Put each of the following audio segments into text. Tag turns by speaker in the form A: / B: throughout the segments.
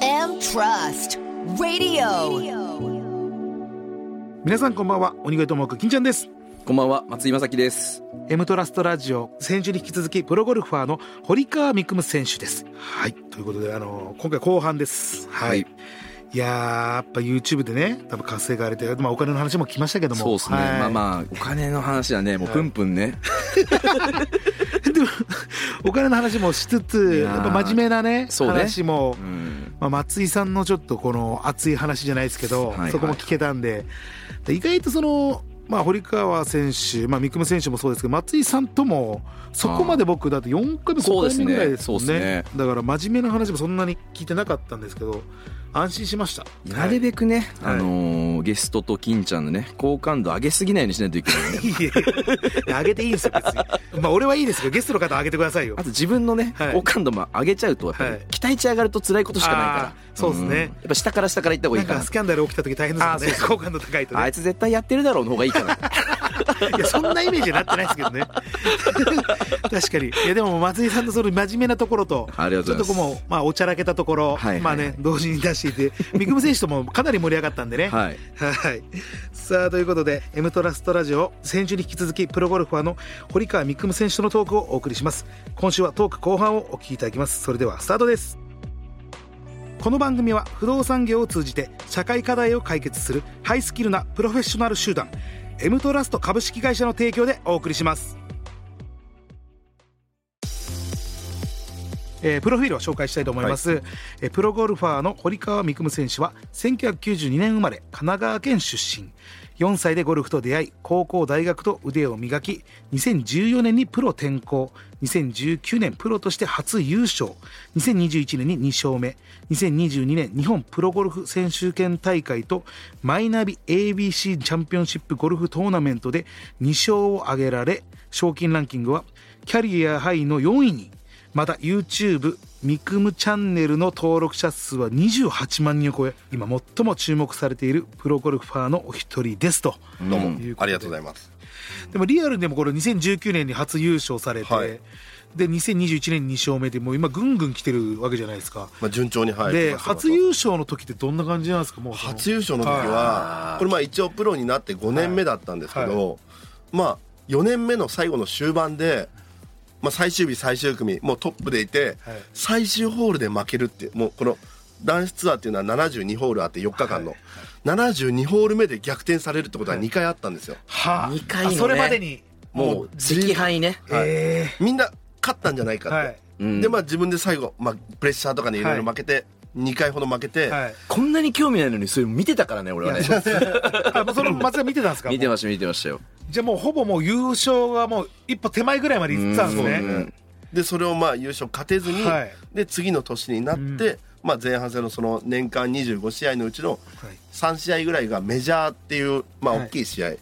A: FM Trust Radio
B: 皆さんこんばんは鬼越トモク金ちゃんです
C: こんばんは、松井正樹です。
B: M トラストラジオ先週に引き続きプロゴルファーの堀川未来選手ですはいということであの今回後半ですはい、
C: はい
B: い、やーやっぱ YouTube でね多分活性化されて、まあ、お金の話も来ましたけども
C: そうですね。
B: はい
C: まあまあ、お金の話はね、もうプンプンね。
B: でもお金の話もしつ
C: い
B: つ
C: やー
B: やっぱ真面目なね
C: そうね
B: 話も、
C: うん。
B: まあ、松井さんのちょっとこの熱い話じゃないですけど、
C: はいはい
B: そこも聞けたんでで意外とその、まあ、堀川選手、まあ、三雲選手もそうですけど松井さんともそこまで僕だって4回目
C: そう
B: 5
C: で
B: 回
C: す
B: 目
C: ね
B: ぐらいですもん
C: そう
B: ね
C: ですね
B: だから真面目な話もそんなに聞いてなかったんですけど安心しました
C: なるべくね、
B: はい
C: あのーゲストと金ちゃんのね、好感度上げすぎないようにしないといけないね。
B: い やいやあげていいんですよ別にまあ俺はいいですけどゲストの方あげてくださいよ
C: あと自分のね、
B: はい
C: 好感度も上げちゃうと、やっぱり、
B: はい
C: 期待値上がると辛いことしかないから
B: あ。ーそうですね
C: んやっぱ下から下から行った方が
B: ないん
C: いか
B: か
C: な
B: ス。キャンダル起きた時大変ですよね好感度高いとね
C: あいつ絶対やってるだろうの方がいいかな。
B: いやそんなイメージになってないですけどね 確かにいやでも松井さんのその真面目なところと
C: ありがとうございます
B: ちょっとこうもう、まあ、おちゃらけたところ、
C: はいはいはい
B: まあね同時に出していて三雲選手ともかなり盛り上がったんでね
C: はい。
B: はいさあということで「M トラストラジオ」先週に引き続きプロゴルファーの堀川三雲選手とのトークをお送りします今週はトーク後半をお聞きいただきますそれではスタートですこの番組は不動産業を通じて社会課題を解決するハイスキルなプロフェッショナル集団 M トラスト株式会社の提供でお送りします、えープロフィールを紹介したいと思います、えープロゴルファーの堀川未来選手は1992年生まれ神奈川県出身4歳でゴルフと出会い高校大学と腕を磨き2014年にプロ転向2019年プロとして初優勝2021年に2勝目2022年日本プロゴルフ選手権大会とマイナビ ABC チャンピオンシップゴルフトーナメントで2勝を挙げられ賞金ランキングはキャリアハイの4位にまた YouTube ミクムチャンネルの登録者数は28万人を超え今最も注目されているプロゴルファーのお一人ですと
D: どうも、
B: いうことで
D: ありがとうございます。
B: でもリアルでもこれ2019年に初優勝されて、
D: はい
B: で2021年に2勝目でもう今ぐんぐん来てるわけじゃないですか、
D: まあ順調にはい。
B: で
D: 来ました
B: 初優勝の時ってどんな感じなんですかもうその
D: 初優勝の時は、これまあ一応プロになって5年目だったんですけど、まあ4年目の最後の終盤で、まあ最終日最終組もうトップでいて、
B: はい
D: 最終ホールで負けるってもうこの男子ツアーっていうのは72ホールあって4日間の、72ホール目で逆転されるってことは2回あったんですよ。
B: はあ
C: 二回のね
B: あそれまでに
C: もう、赤敗ね。
D: はい
B: え
D: みんな勝ったんじゃないか
B: え
D: って。
B: はい
C: うん
D: でまあ自分で最後、まあ、プレッシャーとかにいろいろ負けて、2回ほど負けて、
B: はい
C: こんなに興味ないのに、それ見てたからね、俺はね。
B: あもうそ の松田見てたんですか
C: 見てました、見てま したよ。
B: じゃあもうほぼもう優勝はもう一歩手前ぐらいまで行ってたんですね
C: うん
D: でそれをまあ優勝勝てずに、
B: はい
D: で次の年になって、まあ、前半戦のその年間25試合のうちの
B: はい
D: 3試合ぐらいがメジャーっていう、まあ、
B: はい
D: 大きい試合、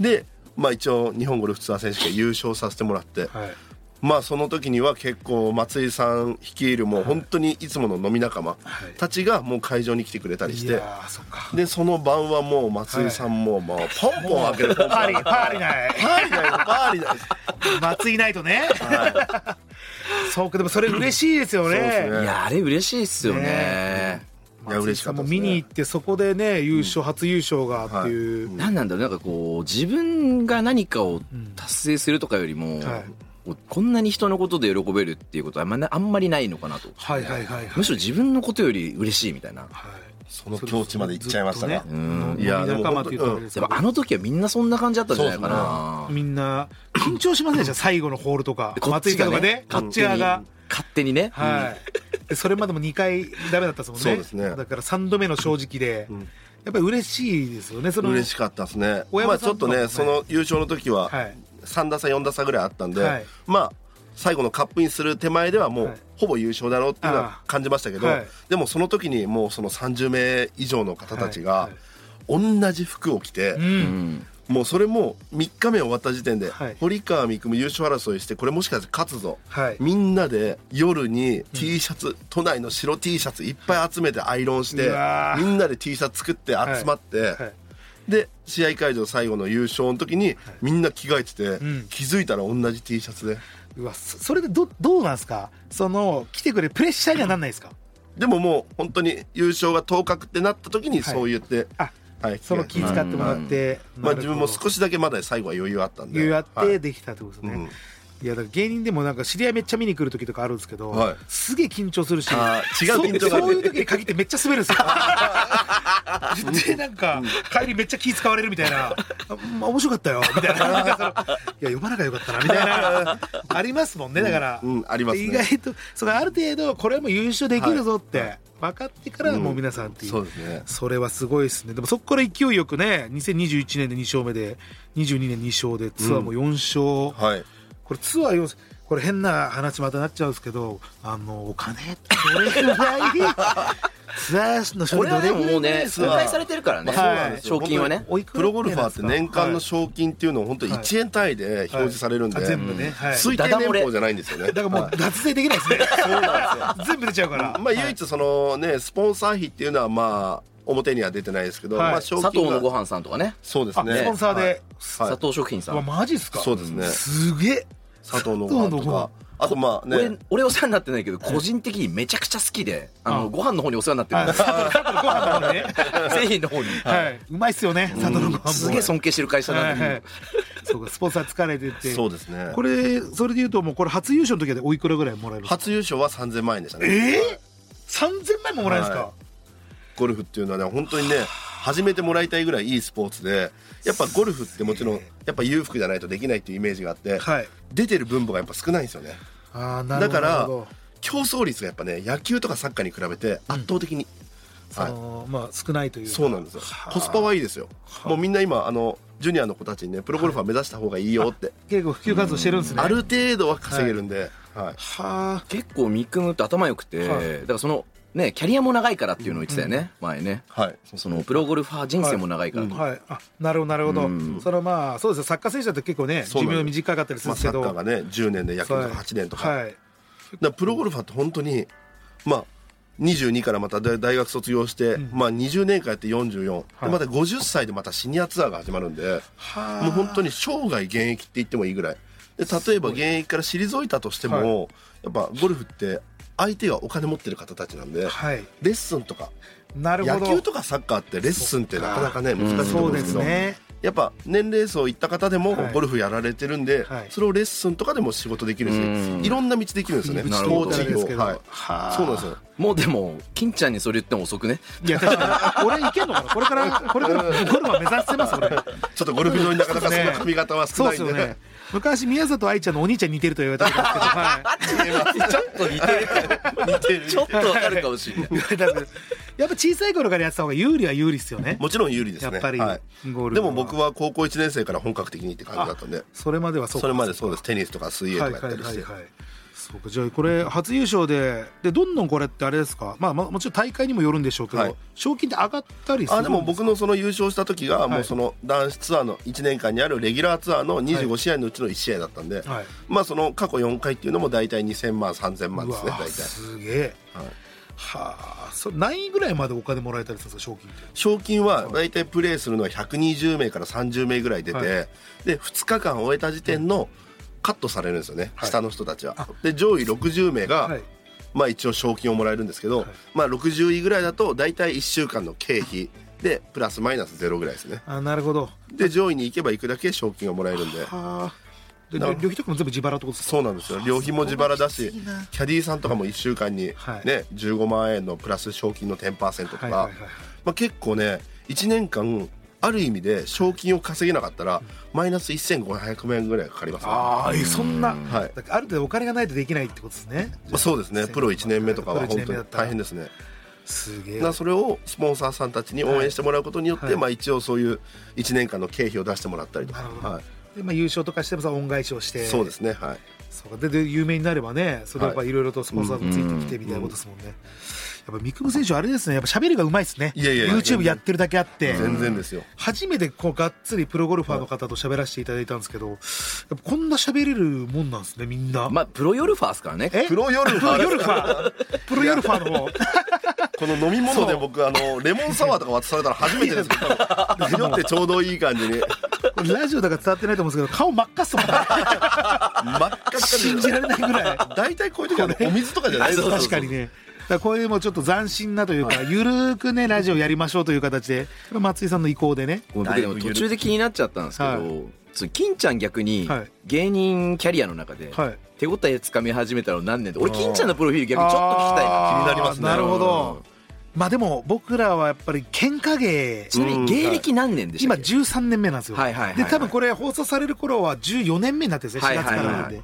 D: で、まあ、一応日本ゴルフツアー選手権優勝させてもらって、
B: はい
D: まあ、その時には結構松井さん率いるもう本当にいつもの飲み仲間
B: はい
D: たちがもう会場に来てくれたりし
B: い
D: て。
B: やーそっか
D: でその晩はもう松井さんももうポンポン開けるポンポン
B: パー
D: 開
B: リー
D: ける
B: パーリーない
D: パーリーだよパーリーだよ
B: 松井ないとね、そうかでもそれ嬉しいですよね
D: そうですね
C: いや、あれ嬉しいっすよね。
D: いや嬉し
B: しか
D: かった
B: も
D: で
B: 見
D: す、ね、
B: に行ってそこでね優勝、初優勝がっていう、
C: 何なんだろうなんかこう自分が何かを達成するとかよりも、
B: はい
C: こうこんなに人のことで喜べるっていうことはあんまなあんまりないのかなと
B: はいはいはいはい
C: むしろ自分のことより嬉しいみたいな
B: はい
D: その境地まで行っちゃいました
B: ず
D: が
B: っと
C: う
B: ね
C: ん
D: いやでも
B: 仲間っていうとあれですけど
C: やっぱあの時はみんなそんな感じだったんじゃないかな、
B: みんな緊張しませんでした最後のホールとか
C: こっ
B: 松井
C: ち
B: さん
C: が
B: とか
C: ね
B: ねこっち側が
C: 勝手にね、
B: はいでそれまでも2回ダメだったですもんね
D: そうですね
B: だから3度目の正直で、やっぱり嬉しいですよね その
D: 嬉しかったですね
B: 親
D: ま
B: 御
D: あち
B: さ
D: ょ
B: ん
D: っ
B: と
D: と
B: かもね
D: ねその優勝の時は
B: はい
D: 3打差4打差ぐらいあったんで、
B: はい
D: まあ最後のカップインする手前ではも
B: は
D: う
B: い
D: ほぼ優勝だろうっていうのは感じましたけど、
B: あーはい
D: でもその時にもうその30名以上の方たちが同じ服を着て、
C: うん
D: もうそれも3日目終わった時点で、
B: はい
D: 堀川未来優勝争いしてこれもしかして勝つぞ、
B: はい
D: みんなで夜に T シャツ、都内の白 T シャツいっぱい集めてアイロンして
B: うわー
D: みんなで T シャツ作って集まって、
B: はい
D: で試合会場最後の優勝の時にみんな着替えてて、
B: ん
D: 気づいたら同じ T シャツで
B: うわそそれでどどうなんですかその来てくれるプレッシャーにはなんないですか
D: でももう本当に優勝が当確ってなった時にそう言って、
B: あ
D: はい
B: その気使ってもらって、
D: まあ、自分も
B: し
D: 少しだけまだ最後は余裕あったんで
B: 余裕あっ
D: はい
B: てできたってことですね、
D: うん
B: いやだから芸人でもなんか知り合いめっちゃ見に来る時とかあるんですけど、
D: はい
B: すげえ緊張するし
D: あー違う緊
B: そ
D: 張が
B: そういう時に限ってめっちゃ滑るんですよで なんか帰りめっちゃ気使われるみたいな「あまあ、面白かったよ」みた いななんかその「いや読まなきゃよかったな」みたいなありますもんねだから、
D: うんうんありますね
B: 意外とそうある程度これも優勝できるぞって、分かってからもう皆さんっていう、
D: そうですね
B: それはすごいですね。でもそこから勢いよくね、2021年で2勝目で、22年2勝で、ツアーも4勝。
D: はい
B: これツアー4勝。これ変な話またなっちゃうんですけど、あの、お金どれぐらい、ツアーの勝
C: これ
B: 利ど
C: はで
B: れぐら
C: もも
B: いう
C: ね
D: ツアー
C: 公開されてるからね、
D: まあそうなんですよ
C: 賞金はね
B: おいくら
D: プロゴルファーって年間
B: は
D: の
B: い
D: 賞金っていうのを本当1円単位で表示されるんで、
B: はいあ全部ねはい
D: 推定年俸じゃないんですよ
B: だ
D: ね
B: からもう脱税できないですね。全部出ちゃうから。
D: まあ、唯一そのねスポンサー費っていうのはまあ表には出てないですけど、
B: はい
D: まあ賞
C: 佐藤
D: 金
C: のご
D: が
C: 飯さんとかね、
D: そうです
B: あ
D: ね
B: スポンサー
D: は
B: で
D: い。は
C: 佐藤食品さ
B: うわ
C: ん、
B: マジっすか
D: そうですね
B: すげえ。
D: 佐藤のご飯とかあとまあね
C: 俺俺お世話になってないけど個人的にめちゃくちゃ好きであ
B: あ
C: のご飯の方にお世話になってるん
B: あ
C: で
B: 佐
C: す
B: 藤佐藤ご飯の方ね。
C: 製品の方に、
B: はい。うまいっすよね、佐藤のご飯も。
C: すげえ尊敬してる会社なんだけど、
B: はいはいそうかスポンサー疲れてて
D: そうですね
B: これそれでいうともうこれ初優勝の時はおいくらぐらいもらえるんですか
D: 初優勝は3000万円でしたね
B: ええ3000万円ももらえるんですか、
D: はゴルフっていうのはね本当にね始めてもらいたいぐらいいいスポーツでやっぱゴルフってもちろんやっぱ裕福じゃないとできないっていうイメージがあって、
B: はい
D: 出てる分母がやっぱ少ないんですよね
B: ああなる
D: だ
B: ほど
D: から
B: なるほど
D: 競争率がやっぱね野球とかサッカーに比べて圧倒的に、
B: そ
D: は
B: のまあ少ないという
D: い、
B: か
D: そうなんですよコスパはいいですよもうみんな今あのジュニアの子たちにねプロゴルファー目指した方がいいよって、
B: 結構普及活動してるんですね
D: ある程度は稼げるんで、はい
B: はあ
C: 結構ミックムって頭良くて、
B: はい
C: だからそのねキャリアも長いからっていうのを言ってたよね、前ね
D: はい
C: そのプロゴルファー人生も長いから、
B: はいあなるほどなるほど、
C: うん
B: そのまあそうですよサッカー選手だって結構ね
D: そ
B: 寿
D: うなんで
B: 命
D: す
B: 短かったりするん
D: まあ、
B: です
D: サ
B: け
D: ッ
B: ど、
D: カーがね10年で野球とか
B: はい
D: 8年とか,、
B: はい
D: だからプロゴルファーって本当にまあ22からまた大大学卒業して、まあ、20年間やって44、
B: い
D: でまた50歳でまたシニアツアーが始まるんで
B: はあ
D: もう本当に生涯現役って言ってもいいぐらいで例えば現役から退いたとしても、やっぱゴルフって相手がお金持ってる方たちなんで、
B: はい
D: レッスンとか
B: なるほ
D: 野
B: ど
D: 球とかサッカーってレッスンってなかなかね難しいと
B: そ
D: 思う
B: うんで
D: で
B: す
D: け
B: す
D: ど、
B: ね
D: やっぱ年齢層いった方でも
B: はい
D: ゴルフやられてるんで、
B: はい
D: それをレッスンとかでも仕事できるし、
C: うん
D: いろんな道できるんですよね
B: いい
C: 道
D: コー
C: と
D: チ
C: 言ったらあれ
B: ですけど
D: はい
B: はあ
D: そうなんですよ
C: もうでも金ちゃんにそれ言っても遅くね
B: いや確かに俺いけんのかなこれからこれからゴルファー目指してます俺
D: ちょっとゴルフ場になかなかその髪型は少
B: そう
D: な
B: で
D: い
B: す
D: ん
B: よ
D: で
B: ね。昔宮里藍ちゃんのお兄ちゃんに似てると言われたことあるんですけど、はい。
C: ちょっと似てる
D: 似てる
C: ちょっとわかるかもしれ ない
B: 言われたんですけどやっぱ小さい頃からやってた方が有利は有利ですよね。
D: もちろん有利ですね
B: やっぱり
D: はい
B: ゴルフは
D: でも僕は高校1年生から本格的にって感じだったんで
B: それまではそう
D: それまでそうですテニスとか水泳と
B: は
D: か
B: い
D: や
B: は
D: っ
B: い
D: た
B: は
D: り
B: い
D: して、
B: はい。そうかじゃあこれ初優勝ででどんどんこれってあれですか、まあ、まあもちろん大会にもよるんでしょうけど、
D: はい
B: 賞金って上がったりする
D: あでも僕のその優勝した時が
B: い
D: もうその男子ツアーの1年間にあるレギュラーツアーの25試合のうちの1試合だったんで、
B: はい
D: まあその過去4回っていうのも大体2000万3000万
B: う
D: ですね
B: わ
D: 大体
B: すげえ
D: はい
B: はあそ何位ぐらいまでお金もらえたりするんですか賞金って
D: 賞金は大体プレーするのは120名から30名ぐらい出て、
B: はい
D: で2日間終えた時点のカットされるんですよね、
B: はい
D: 下の人たちは。で上位60名が、
B: はい
D: まあ、一応賞金をもらえるんですけど、
B: はい
D: まあ、60位ぐらいだと大体1週間の経費でプラスマイナスゼロぐらいですね。
B: あなるほど
D: で上位に行けば行くだけ賞金がもらえるんで。
B: はあで
D: だから
B: 旅費とかも全部自腹ってことですか
D: そうなんですよ旅費も自腹だしキャディーさんとかも1週間に、ね
B: はい
D: 15万円のプラス賞金の10%とか、
B: はいはいはいはい
D: まあ、結構ね1年間ある意味で賞金を稼げなかったらマイナス1500万円ぐらいかかりますね
B: ああそんな、
D: はい
B: だからある程度お金がないとできないってことですね
D: まあ、そうですねプロ1年目とかは
B: プロ
D: 本
B: 一年
D: 当
B: 目だっ
D: に
B: たら
D: 大変ですね
B: すげえ
D: だからそれをスポンサーさんたちに応援してもらうことによって、
B: はい
D: まあ、一応そういう1年間の経費を出してもらったりとか、
B: なるほど
D: はい
B: で、まあ、優勝とかしてもさ恩返しをして
D: そうですねはい
B: そうかでで有名になればねそれやっぱ
D: はい
B: いろいろとスポンサーもついてきてみたいなことですもんね、やっぱ三雲選手あれですねやっぱ喋りがうまいですね
D: いやいやいや
B: YouTube やってるだけあって
D: 全然ですよ
B: 初めてこうがっつりプロゴルファーの方と喋らせていただいたんですけどやっぱこんな喋れるもんなんですねみんな、
C: まあプロヨルファーですからね
B: え
D: プロヨルファ
B: プ
D: ー
B: ロヨルファープロヨルファーの方
D: この飲み物で僕あのレモンサワーとか渡されたら初めてですけど酔ってちょうどいい感じに
B: これラジオだから伝わってないと思うんですけど顔真っ赤っすも んね
D: 真っ赤っか
B: 信じられないぐらい
D: 大体こういう時はあのお水とかじゃないです
C: そうそうそう
B: 確かにねからこういうもうちょっと斬新なというか、ゆるーくね、ラジオやりましょうという形で、松井さんの意向でね。
C: 僕でも途中で気になっちゃったんですけど、
B: は
C: そう金ちゃん逆に
B: はい
C: 芸人キャリアの中で
B: はい
C: 手応えつかみ始めたの何年で俺金ちゃんのプロフィール逆にちょっと聞きたいな
D: 気になりますね
B: あーなるほど。まあでも、僕らはやっぱり喧嘩芸、
C: ちなみに芸歴何年でし
B: 今
C: たっけ
B: 13年目なんですよ。
C: はいはいはいはい
B: で、多分これ放送される頃は14年目になってるんですね、4
C: はい
B: 月
C: はい
B: か
C: は
B: ら
C: い
B: なんで。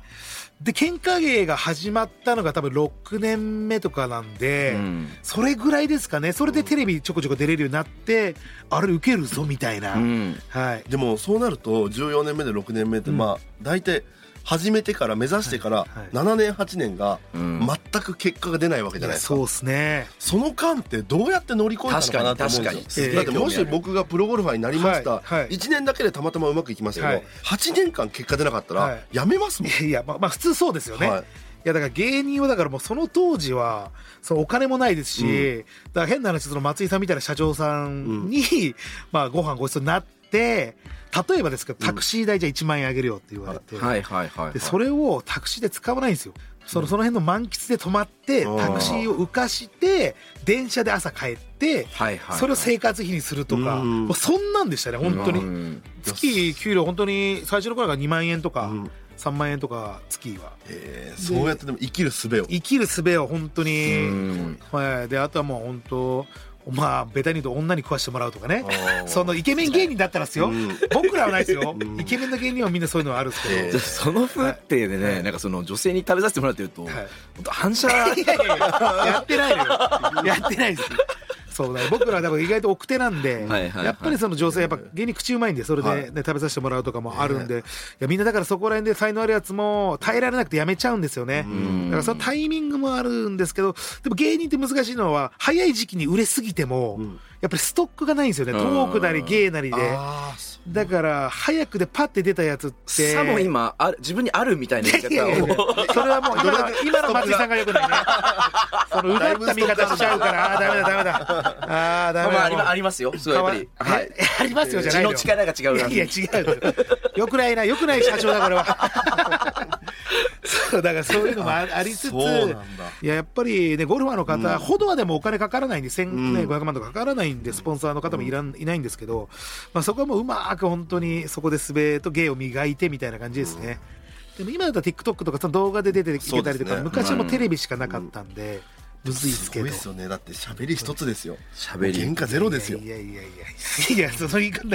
B: で、喧嘩芸が始まったのが多分6年目とかなんで、
C: うん
B: それぐらいですかね。それでテレビちょこちょこ出れるようになって、あれ受けるぞみたいな。
C: うん
B: はい。
D: でもそうなると14年目で6年目ってまあ大体始めてから目指してから
B: はいはい
D: 7年8年が
C: うん
D: 全く結果が出ないわけじゃないですか
B: そうですね。
D: その間ってどうやって乗り越えたのかなと思う
C: 確
D: ん
C: かに
D: です
C: 確
D: よ
B: かに
D: だってもし僕がプロゴルファーになりました、
B: はいはい
D: 1年だけでたまたまうまくいきましたけど、
B: はい
D: 8年間結果出なかった
B: は
D: ら
B: い
D: やめますもん、
B: いやいや、まあ、まあ普通そうですよね。
D: はい
B: いやだから芸人はだからもうその当時はそのお金もないですし、だから変な話その松井さんみたいな社長さんに、 まあご飯ごちそうになって例えばですけどタクシー代じゃあ1万円あげるよって言われて、
C: はいはいはい
B: でそれをタクシーで使わないんですよそのその辺の満喫で泊まって
D: うん
B: タクシーを浮かして電車で朝帰って
C: はいはい
B: それを生活費にするとか
D: うん
B: もうそんなんでしたね本当に。
C: うん
B: 月給料本当に最初の頃が2万円とか
D: うん
B: 3万円とか月は
D: えーそうやってでも生きる術を
B: 生きる術を本当
C: う
B: に
C: ん
B: はいであとはもう本当まあベタに言うと女に食わしてもらうとかね
D: あー
B: そのイケメン芸人だったらですよ
D: うん
B: 僕らはないですよイケメンの芸人はみんなそういうのはあるんですけ
D: え
B: ど
C: じゃあその風景でねなんかその女性に食べさせてもらってると
B: はい
C: 本当反射
B: いやいやいややってないのよ やってないですよそうだね僕らだから意外と奥手なんで、
C: はいはいはい
B: やっぱりその女性やっぱ芸人口うまいんでそれで、ね
D: はい
B: 食べさせてもらうとかもあるんで、いやみんなだからそこら辺で才能あるやつも耐えられなくてやめちゃうんですよねだからそのタイミングもあるんですけどでも芸人って難しいのは早い時期に売れすぎても、やっぱりストックがないんですよねトークなり芸なりで
D: あーそう
B: だから早くでパッて出たやつって
C: さも今ある自分にあるみたいな言い
B: いやいやい
C: 方
B: や
C: を
B: それはもう今の 今の松井さんがよくない ねそのうがった見方しちゃうからああーダメだダメだああーダメ
C: ま
B: だ
C: あありまありますよすごいやっぱり
B: かわ
C: はい
B: えありますよじゃない
C: 血
B: よ
C: の力が違うない
B: やいや違うよよくないなよくない社長だこれはそうだからそういうのもあありつつ
D: そうなんだ
B: いややっぱりねゴルファーの方、ほどはでもお金かからないんで1500万とかかからないんでスポンサーの方もいらんいないんですけど、まあ、そこはもううまく本当にそこで滑と芸を磨いてみたいな感じですね、でも今だったら TikTok とかその動画で出ていけたりと
D: そうです
B: か、
D: ね
B: 昔はもうテレビしかなかったんで、むずいです
D: す
B: け
D: ごい
B: ど
D: ですよねだって喋り一つですよ
C: 喋り
D: 原価ゼロですよ
B: いやいやいやいやいやその言い方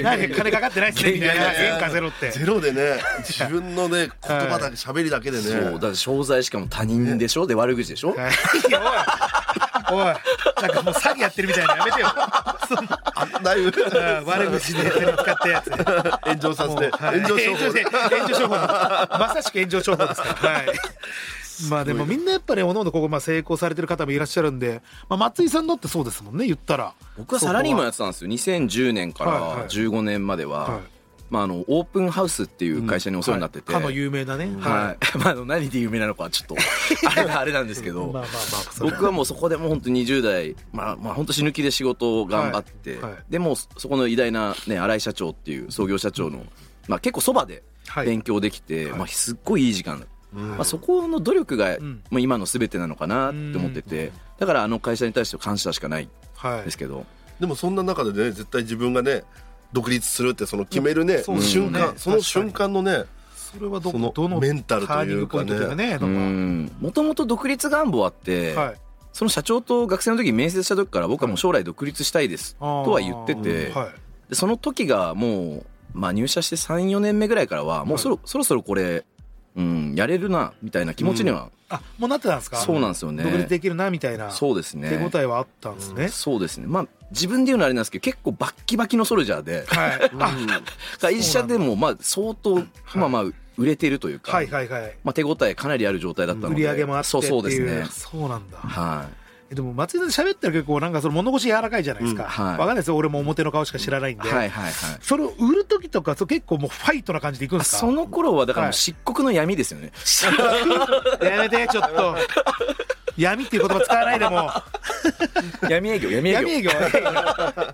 B: 何金かかってないっすねみたいな原価ゼロって
D: ゼロでね自分のね言葉だけ喋りだけでね
C: そうだから商材しかも他人でしょで悪口でしょ
B: はいいや おいおいなんかもう詐欺やってるみたいなのやめてよそんな
D: あだいぶ
B: うん悪口で手に使ったや つ
D: 炎上させて
B: はい
D: 炎上商法で
B: 炎上炎上商法まさしく炎上商法ですからはいまあでもみんなやっぱりおのおのここまあ成功されてる方もいらっしゃるんで、まあ、松井さんだってそうですもんね言ったら
C: 僕はサラリーマンやってたんですよ2010年か
B: はいはい
C: ら15年までは、
B: はい
C: まあ、あのオープンハウスっていう会社にお世話になってて、
B: はいかの有名なね、
C: はいまああ の何で有名なのかは ちょっとあれあれなんですけ
B: まあまあまあ
C: ど
B: それ
C: 僕はもうそこでもう本当20代まあまあ本当死ぬ気で仕事を頑張って、
B: はいはい
C: でもうそこの偉大なね新井社長っていう創業社長の、まあ、結構そばで
B: はい
C: 勉強できて、まあ、すっごいいい時間、まあ、そこの努力が
B: ん
C: もう今の全てなのかなって思ってて、だからあの会社に対して感謝しかない
B: はい
C: ですけど、
D: でもそんな中でね絶対自分がね独立するってその決めるね
B: そうですよ
D: 瞬
B: ね
D: 間その瞬間のね
B: それはど
D: その
B: どの
D: メンタルというかね
B: ターニングポイントがねとか
C: もともと独立願望あって、
B: はい
C: その社長と学生の時に面接した時から僕はもう将来独立したいです
B: あー
C: とは言ってて、
B: はい
C: でその時がもう、まあ、入社して34年目ぐらいからはもうそろ,、そろそろこれ、うん、やれるなみたいな気持ちには、
B: あもうなってたんですか
C: そうなんですよね
B: 独立できるなみたいな
C: そうです
B: 手
C: ね
B: 応えはあったんですね、
C: そうですねまあ自分で言うのはあれなんですけど結構バッキバキのソルジャーで
B: はいあ
C: 会社でもまあ相当、まあまあ売れてるというか、
B: はいはいはい
C: まあ、手応えかなりある状態だったので
B: 売り上げもあってって
C: そ
B: いうう
C: そうですね
B: そうなんだ
C: はい
B: えでも松井さん喋ったら結構なんかその物腰柔らかいじゃないですか、
C: んはい
B: わかんないですよ俺も表の顔しか知らないんで、
C: はいはいはい
B: それを売る時とかそう結構もうファイトな感じでいくんですか
C: その頃はだからも
B: はいう
C: 漆黒の闇ですよね、
B: やめてちょっと闇っていう言葉使わないでも
C: 闇営業闇営業
B: 闇 営業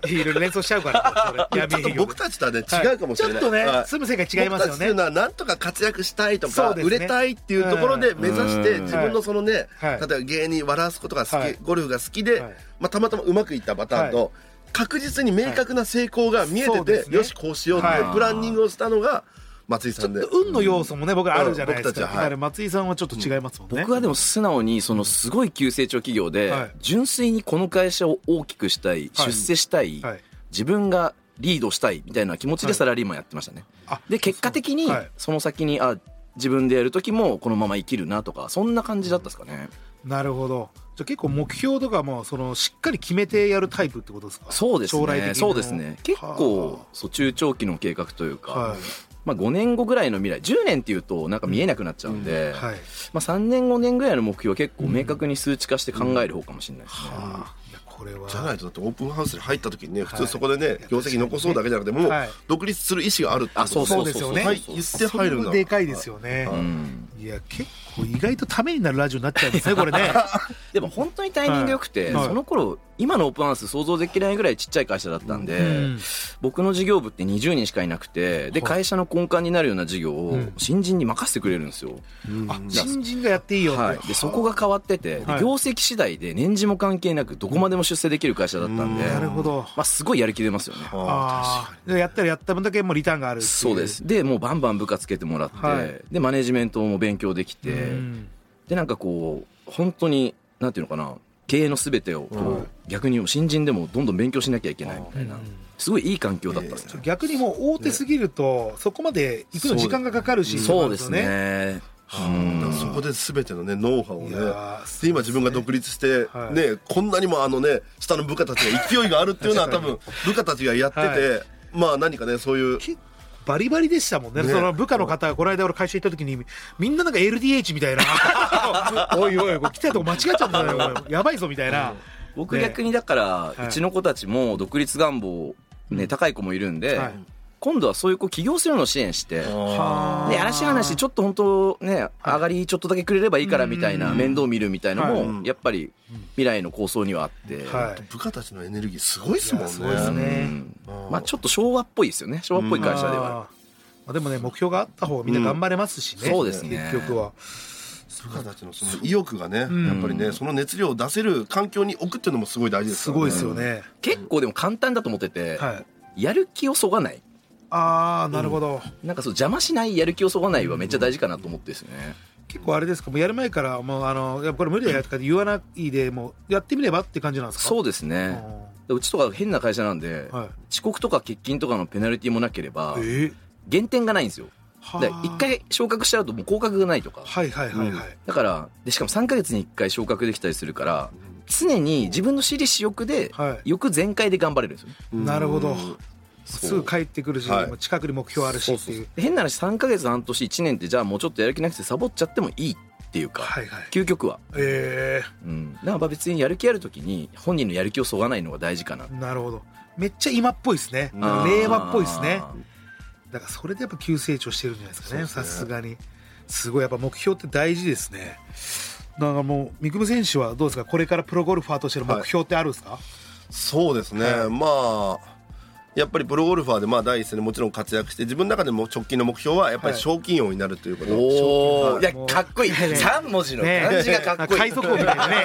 B: いろいろ連想しちゃうから俺
D: ちょっ
B: 闇
D: と
B: 営業
D: 僕たちとはね
B: はい
D: 違うかもしれない、
B: ちょっとね
D: はい
B: 住む世界違いますよ
D: 僕たちっていう
B: ね
D: のはなんとか活躍したいと
B: そ
D: か、
B: うですね
D: 売れたいっていうところで目指して
C: うん
D: 自分のそのね、
B: はい
D: 例えば芸人笑わすことが好き、
B: はい
D: ゴルフが好きで、
B: はい
D: まあ、たまたまうまくいったパターンと、
B: は
D: 確実に明確な成功が見えてて、
B: そうですね
D: よしこうしようっていう
C: はい
D: プランニングをしたのが松井さんで。
B: 運の要素もね僕らあるじゃないですか
D: うん僕たちははい
B: だから松井さんはちょっと違いますもんね
C: 僕はでも素直にそのすごい急成長企業で
B: はい
C: 純粋にこの会社を大きくしたい
B: はい
C: 出世したい
B: はい
C: 自分がリードしたいみたいな気持ち
B: は
C: で
B: い
C: サラリーマンやってましたね
B: あ
C: で結果的に
B: はい
C: その先にあ自分でやる時もこのまま生きるなとかそんな感じだったですかね
B: なるほどじゃあ結構目標とかもそのしっかり決めてやるタイプってことですか
C: そうです
B: 将来的
C: ね
B: に
C: そうですね結構
B: は
C: そう中長期の計画という
B: あ
C: か、
B: は
C: まあ、5年後ぐらいの未来10年っていうとなんか見えなくなっちゃうんで、
B: いはい
C: まあ、3年5年ぐらいの目標は結構明確に数値化して考える方かもしれないですね、
B: いやこれは
D: じゃないとだってオープンハウスに入った時にね
B: はい
D: 普通そこでね、業績残そうだけじゃなくてもう
B: はい
D: 独立する意思があるってこと
C: あそう
B: そ
C: そうう
B: ですよね
D: はい言って入るん
B: それ
D: だ
B: もでかいですよね
D: は
C: うん
B: いや結構意外とためになるラジオになっちゃいますねこ れね
C: でも本当にタイミング良くて、
B: はい
C: その頃今のオープンハウス想像できないぐらいちっちゃい会社だったんで、
B: うん
C: 僕の事業部って20人しかいなくてで
B: はい
C: 会社の根幹になるような事業
B: う
C: を
B: ん
C: 新人に任せてくれるんですよ、
D: うん
B: あ新人がやっていいよって
C: はい、でそこが変わってて、で
B: はい
C: 業績次第で年次も関係なくどこまでも出世できる会社だったんで、
D: うん
B: なるほど
C: まあ、すごいやる気出ますよね
D: あ
B: ああやったらやった分だけもうリターンがあるってい
C: そうですでもうバンバン部下つけてもらって、
B: はい
C: でマネジメントも勉強できて、
B: うん
C: でなんかこう本当になんていうのかな経営のすべてをこう、
D: はい
C: 逆に新人でもどんどん勉強しなきゃいけないみたいな、
B: うん
C: すごいいい環境だったんですね、
B: 逆にもう大手すぎるとそこまで行くの時間がかかるし
C: そうですねうん
D: 確かにそこで全てのねノウハウを
B: い
D: ね
B: やー
D: で今自分が独立して、
B: はい
D: ねこんなにもあのね下の部下たちが勢いがあるっていうのは多分部下たちがやってて、
B: は
D: まあ何かねそういう
B: 結構バリバリでしたもんね
D: ね
B: その部下の方がこの間俺会社行った時にみんななんか LDH みたい なおいおいこれ来たとこ間違っちゃったんだよこれやばいぞみたいな、
C: 僕
B: ね
C: 逆にだから、
B: はいう
C: ちの子たちも独立願望、ね、高い子もいるんで、
B: はい
C: 今度はそういう子起業するのを支援して、
B: はあ
C: で、やらしい話、ちょっと本当ね、上がりちょっとだけくれればいいからみたいな、面倒見るみたいなの
D: はい
C: も、やっぱり未来の構想にはあって、
B: はい
D: 部下たちのエネルギーすごいですもん
B: いや
D: ね
B: そうですね
C: うん
D: うん
C: まあちょっと昭和っぽいですよね。昭和っぽい会社では。
B: あーまあ、でもね目標があった方がみんな頑張れますしね、
C: うんそうですね
B: 結局は
D: 部下たちのその意欲がね、
B: ん
D: やっぱりねその熱量を出せる環境に置くっていうのもすごい大事です
B: す
D: からね
B: ごいですよね、
C: 結構でも簡単だと思ってて、
B: はい
C: やる気をそがない。
B: ああなるほど、
C: なんかそう邪魔しないやる気をそがないはめっちゃ大事かなと思ってですね。
B: 結構あれですかもうやる前からもうあのいやこれ無理だよとか言わないでもうやってみればって感じなんですか
C: そううです
B: で
C: ね。うちとか変な会社なんで、
B: はい
C: 遅刻とか欠勤とかのペナルティもなければ、
B: えー
C: 減点がないんですよ。
B: はあ
C: で一回昇格しちゃうともう降格がないとか。
B: はいはいはいはい、
C: だからでしかも3ヶ月に1回昇格できたりするから常に自分の私利私欲で
B: はい
C: 欲全開で頑張れるんですよね
D: うん
B: なるほど
C: そう
B: すぐ帰ってくるし、
D: はい
B: 近くに目標あるしっていう
C: で変な話3ヶ月半年1年ってじゃあもうちょっとやる気なくてサボっちゃってもいいっていうか、
B: はいはい
C: 究極は、
B: え
C: うん、だからまあ別にやる気ある時に本人のやる気をそがないのが大事かな
B: ー、なるほどめっちゃ今っぽいですね
D: うん
B: なんか令和っぽいですね
C: あー
B: だからそれでやっぱ急成長してるんじゃないですかね
D: そう
B: さ
D: ですね
B: すがにすごいやっぱ目標って大事ですねだからもう三雲選手はどうですかこれからプロゴルファーとしての目標ってあるんですか、
D: そうですね、
B: は
D: まあやっぱりプロゴルファーでまあ第一線でもちろん活躍して自分の中でも直近の目標はやっぱり
B: はい
D: 賞金王になるということ、
C: おおいや
B: もう
C: かっこいい
B: ね
C: 3文字の漢字がかっこいい、
B: 海賊王みたいなね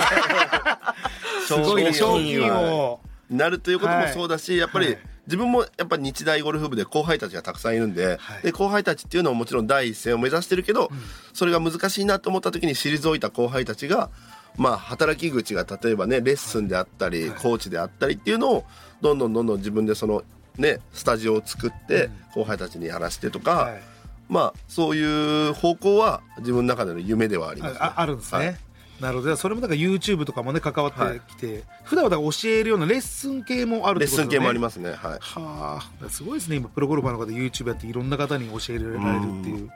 B: すごいね賞金王
D: なるということもそうだし、やっぱり、
B: はい
D: 自分もやっぱり日大ゴルフ部で後輩たちがたくさんいるんで,、
B: はい
D: で後輩たちっていうのはもちろん第一線を目指してるけど、それが難しいなと思った時に退いた後輩たちが、まあ、働き口が例えばねレッスンであったり、コーチであったりっていうのをどんどんどんどん自分でその、ね、スタジオを作って後輩たちにやらしてとか、
B: はい
D: まあ、そういう方向は自分の中での夢ではあります、ね
B: ああるんですね、
D: はい
B: なるほどそれもなんか YouTube とかもね関わ
D: は
B: っ
D: い
B: てきて、普段はだから教えるようなレッスン系もあるっ
D: レ
B: てことです
D: ッス
B: よ
D: ン
B: ね
D: 系もありますね。はい
B: はあすごいですね今プロゴルファーの方 YouTube やっていろんな方に教えられるっていう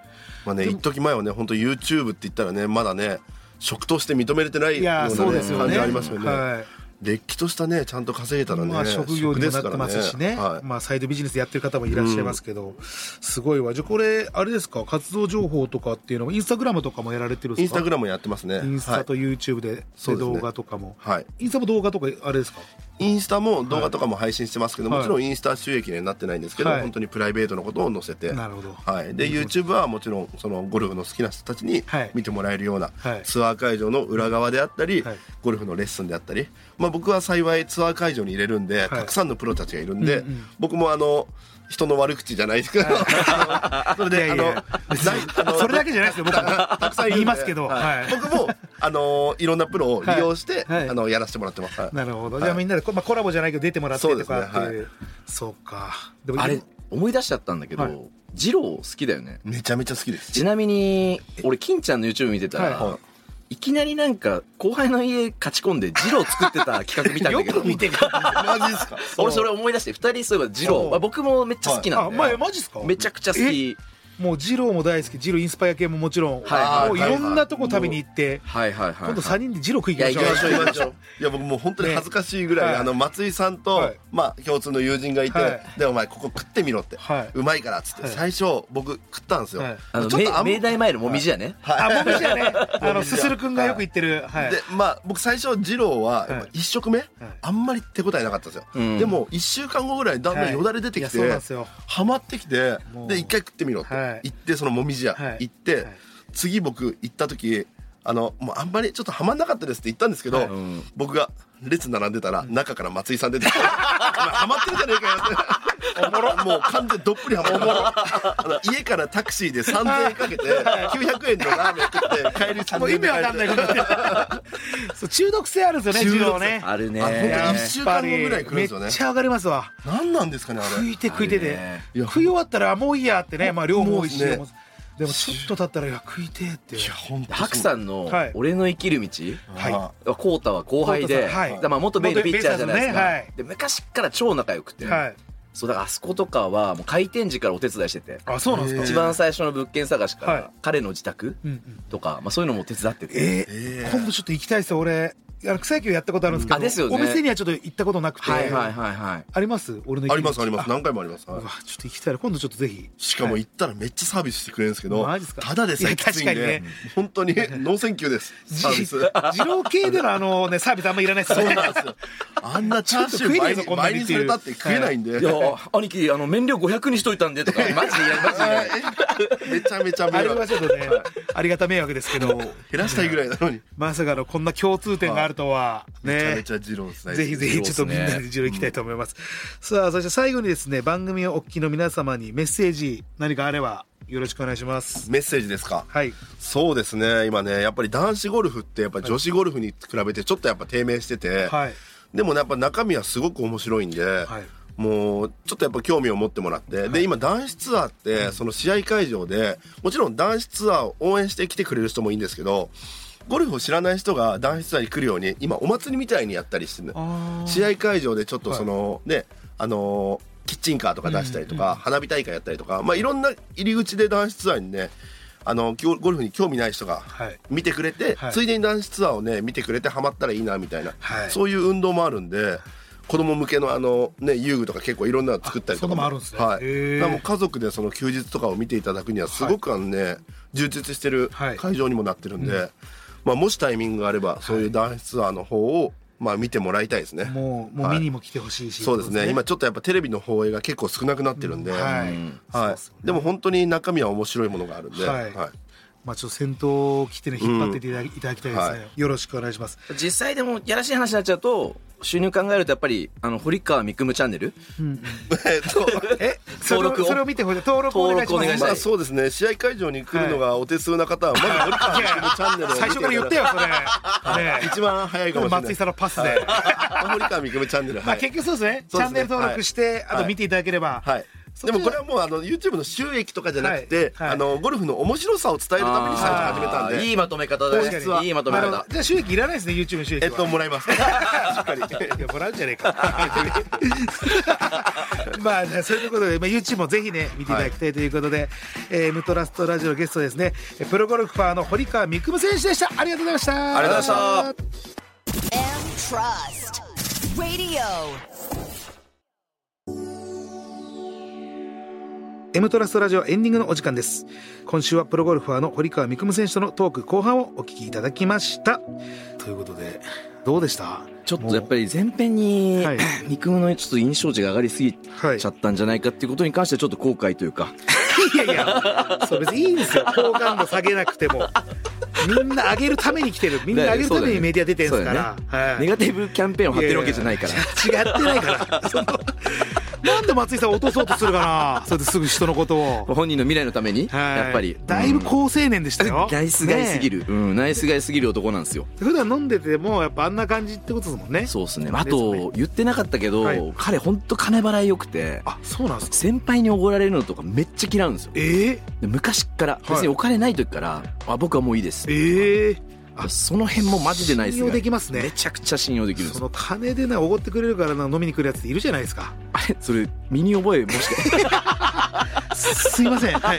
D: まあね、一時前はね、本当 YouTube って言ったらね、まだね、食として認めれてない
B: いやー
D: ような
B: そう
D: ね
B: ですよ
D: 感
B: ね
D: じありますよね。
B: は
D: れっきとしたねちゃんと稼げたらね、
B: まあ、職業にもなってますしね
D: 職ですからはい
B: まあ、サイドビジネスでやってる方もいらっしゃいますけど、すごいわじゃあこれあれですか活動情報とかっていうのもインスタグラムとかもやられてるん
D: イ
B: で
D: ン
B: す
D: ス
B: か
D: タグラムやってますね
B: インスタと YouTube で,、
D: そうです
B: 動
D: ね
B: 画とかも、
D: はい
B: インスタも動画とかあれですか
D: インスタも動画とかも配信してますけど、
B: はい
D: もちろんインスタ収益にはなってないんですけど、
B: はい
D: 本当にプライベートのことを載せて、
B: なるほど
D: はい、で YouTube はもちろんそのゴルフの好きな人たちに
B: はい
D: 見てもらえるような、
B: はい
D: ツアー会場の裏側であったり、
B: はい
D: ゴルフのレッスンであったり、まあ、僕は幸いツアー会場に入れるんで、たくさんのプロたちがいるんで、僕もあの人の悪口じゃないですけど それで
B: いやいや
D: あのないあの
B: それだけじゃないですよ僕は
D: たくさんいるん
B: 言
D: で
B: いますけど、
D: はい
B: はい
D: 僕もあのいろんなプロを利用して、
B: はいはい
D: あのやらせてもらってます。はい
B: なるほど、じゃあみんなで、こまあ、コラボじゃないけど出てもらってとかって
D: そう
B: いう
D: ですね
B: そうかでも
C: あれ思い出しちゃったんだけど、
B: はい
C: ジロー好きだよね
D: めちゃめちゃ好きです
C: ちなみに俺金ちゃんの YouTube 見てたら、
B: はい
C: いきなりなんか後輩の家勝ち込んでジロー作ってた企画見たんだ
B: よ
C: けど
B: く見てる
D: マジですか
C: 俺それ思い出して二人そういえばジロ
B: そう
C: ー、まあ、僕もめっちゃ好きな
B: あ
C: んで、
B: 前マジっすか
C: めちゃくちゃ好き
B: もうジローも大好きジローインスパイア系ももちろん、
C: はい
B: もういろんなとこ食べに行って、
C: はいはいはいはい
B: 今度3人でジロー食いに
C: いや
B: 行き
C: 行
B: ま
C: き
B: しょう
C: ましょう行きましょう
D: いや僕もう本当に恥ずかしいぐらい、
B: ねはい
D: あの松井さんと、
B: はい
D: まあ共通の友人がいて、
B: はい
D: でお前ここ食ってみろって、
B: はいう
D: まいからっつって、
B: はい
D: 最初僕食ったんですよ、
B: はい
C: あの
D: ちょっとあん
C: め明大前のもみじやね、
D: はい
B: あ、もみじや ね。あの、すするくんがよく行ってる。はい。
D: でまあ僕最初二郎はやっぱ一食目、あんまり手応えなかったんですよ、
C: うん
D: でも一週間後ぐらいにだんだんよだれ出てきて、
B: はいいやそうなんですよ
D: ハマってきて
B: もう
D: で一回食ってみろって、
B: はい
D: 行ってそのもみじ屋、
B: はい
D: 行って、
B: はい
D: 次僕行った時あのもうあんまりちょっとハマんなかったですって言ったんですけど、
B: はい
C: うん
D: 僕が列並んでたら中から松井さん 出てきて「お前ハマってるじゃねえかよ」っておもろもう完全にどっぷりハマってるあの家からタクシーで3000円かけて900円のラーメン食って帰り3000円で帰って
B: もう意味わかんないこと 言ってるそう中毒性あるんですよね、ジローね。
C: あるね
D: あ本当
B: いや
D: 一週間後ぐらい来るんですよね
B: めっちゃ上がりますわ。
D: 何なんですかねあ
B: 食
D: れ
B: いて食いて
C: あ
B: で
C: るね。
D: いや
B: 食い終わったら、あもういいやってね。まあ、量も多いし。
D: もうね
B: 量もでも、ちょっと経ったら、いや、食いてえって。
D: いや本当
C: 白さ
D: ん
C: んの
B: はい
C: 「俺の生きる道」
B: はい
C: コータは後輩
B: コ
C: で、
B: ウタさんはい
C: だまあ元ベイのピッチャーじゃないです
B: 元ベイスターズ
C: か、
B: ねはい
C: で昔から超仲良くて、
B: はい。
C: そうだからあそことかはもう開店時からお手伝いしてて
B: あ、そうなんです
C: 一
B: か。
C: 番最初の物件探しから、
B: はい
C: 彼の自宅
B: うんうん
C: とか、まあ、そういうのも手伝ってて、
B: えー今度ちょっと行きたいですよ、俺。いや草野球やったことあるんですけど。
C: うんあですよね
B: お店にはちょっと行ったことなくて。
C: はいはいはいはい
B: あります俺の行き道
D: ありますあります何回もあります
B: う
D: はい
B: わちょっと行きたいな今度ちょっとぜひ
D: しかも行ったらめっちゃサービスしてくれるんですけど、
B: マジっすか
D: ただでさえきついん
B: いや確か
D: で、
B: にね
D: 本 当にノーセンキューですサービス
B: 二郎系でのあのねサービスあんまいらないですよね
D: あんなチャーシュー
B: ちょっと食えねえ
D: 倍
B: ぞ
D: に
B: こんなに
D: 倍にされたって食えないんで、
C: いやー兄貴あの麺量500にしといたんでと かマジでいやマジでいや
D: めちゃめちゃ迷
B: あれは
D: 惑
B: ちょっとねありがた迷惑ですけど
D: 減らしたいぐらいなのに
B: まさかのこんな共通点があるとは
D: めちゃ
B: ね
D: めちゃ二郎ですね
B: ぜひぜひちょっとみんなで一郎行きたいと思います、さあそして最後にですね番組をお聞きの皆様にメッセージ何かあればよろしくお願いします
D: メッセージですか
B: はい
D: そうですね今ねやっぱり男子ゴルフってやっぱ女子ゴルフに比べてちょっとやっぱ低迷してて、
B: はい
D: でもねやっぱ中身はすごく面白いんで、
B: はい
D: もうちょっとやっぱ興味を持ってもらって、で今男子ツアーってその試合会場でもちろん男子ツアーを応援して来てくれる人もいいんですけどゴルフを知らない人が男子ツアーに来るように今お祭りみたいにやったりしてね
B: あー
D: 試合会場でちょっとその、ねあのーキッチンカーとか出したりとか、花火大会やったりとか、まあ、いろんな入り口で男子ツアーにねあのきょゴルフに興味ない人が
B: はい
D: 見てくれて、
B: はい
D: ついでに男子ツアーをね見てくれてハマったらいいなみたいな、
B: はい
D: そういう運動もあるんで子供向けのあの、ね、遊具とか結構いろんなの作ったりとか
B: あそんなのもあるんですね
D: はい、
B: へー
D: だからもう家族でその休日とかを見ていただくにはすごくあの、ね充実してる
B: はい
D: 会場にもなってるんで、まあ、もしタイミングがあればそういう男子ツアーの方を、まあ、見てもらいたいですね。
B: もうもう
D: はい
B: 見にも来てほしいし、
D: そうですね今ちょっとやっぱテレビの放映が結構少なくなってるんで、
B: は
D: はい
B: い、そう
D: は
B: っすよ
D: い、でも本当に中身は面白いものがあるんで、
B: はい
D: はい
B: まあ、ちょっと先頭を切ってね、引っ張っていただき,、たいですね、
D: はい
B: よろしくお願いします。
C: 実際でもやらしい話になっちゃうと収入考えるとやっぱりあの堀川みくむチャンネル
D: えっと
B: え、それ
C: 登
B: を
C: 録を
B: それを見てほしい。登録をお願いし
C: 登録お願
B: ま
C: いし
B: す。
D: ま
C: ま
D: あそうですね試合会場に来るのがお手数な方はまず森川
B: いやいや
D: のチャンネルを見て
B: 最初から言ってよ、それ。ねえ
D: 一番早いかもしれない
B: 松井さんのパスで。
D: はい 森川みくみチャンネル、
B: ま
D: は
B: あ、
D: い
B: 結局そうですね。チ
D: そうで
B: ャ
D: す
B: ン
D: ね
B: ネル登録して、
D: はい
B: あと見ていただければ。
D: はい
B: そっ
D: で
B: ちは
D: もこれはもうあの YouTube の収益とかじゃなくて、
B: はいはい
D: あのゴルフの面白さを伝えるために最初始めたん
C: あー
D: で
C: いいまとめ方
B: 確か
C: だ
B: に
C: ねいいまとめ
B: あの
C: 方
B: じゃあ収益いらないですね、YouTube の収益
D: え
B: は。
D: っともらい ますしっかり
B: いやもらうんじゃねえか まあそういうことで、まあ、YouTube もぜひね見ていただきたいということで、えームトラストラジオのゲストですねプロゴルファーの堀川未来夢選手でしたありがとうございました
D: ありがとうございました
A: and trust. Radio.
B: M トラストラジオエンディングのお時間です今週はプロゴルファーの堀川未来夢選手とのトーク後半をお聞きいただきましたということでどうでした
C: ちょっとやっぱり前編に、
B: はい
C: ミクムのちょっと印象値が上がりすぎ
B: はい
C: ちゃったんじゃないかっていうことに関してはちょっと後悔というか、
B: いやいやそう別にいいんですよ好感度下げなくてもみんな上げるために来てるみんな上げるためにメディア出てるんですから、
C: そう
B: はい
C: ネガティブキャンペーンを張ってるわけじゃないから
B: やや違ってない からそのなんで松井さんを落とそうとするかなそれですぐ人のことを、
C: 本人の未来のために、
B: はい
C: やっぱり
B: だいぶ
C: う
B: 好青年でしたよ
C: んナイスガイすぎ
B: ね
C: る、うんナイスガイすぎる男なんですよ
B: え普段飲んでてもやっぱあんな感じってことですもんね
C: そうです
B: で
C: ね
B: すね
C: あと言ってなかったけど、
B: はい
C: 彼ほんと金払い良くて
B: あそうなんですか
C: 先輩におごられるのとかめっちゃ嫌うんですよ
B: ええ
C: で昔っから
B: い
C: 別にお金ない時から、あ僕はもういいです
B: ええあ
C: その辺もマジでないです
B: 信用できますね
C: めちゃくちゃ信用できるんで
B: そ
C: すよ
B: の金でねおごってくれるからな飲みに来るやつっているじゃないですか
C: あれそれ身に覚えもし かして
B: すいません、は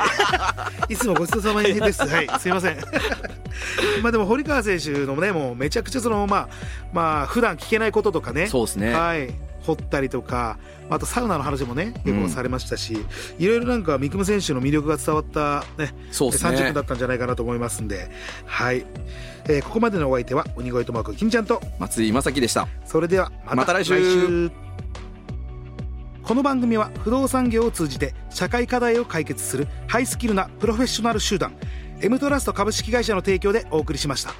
B: い、いつもごちそうさまです、はい、すいませんまあでも堀川選手のねもうめちゃくちゃそのまあまあ普段聞けないこととかね
C: そうですね
B: はい掘ったりとかあとサウナの話もね結構されましたし、いろいろなんか三雲選手の魅力が伝わったね
C: そうですね
B: 30分だったんじゃないかなと思いますんではい、えーここまでのお相手は鬼越トマーク金ちゃんと
C: 松井正樹でした
B: それでは
C: また来週
B: この番組は不動産業を通じて社会課題を解決するハイスキルなプロフェッショナル集団 M トラスト株式会社の提供でお送りしました。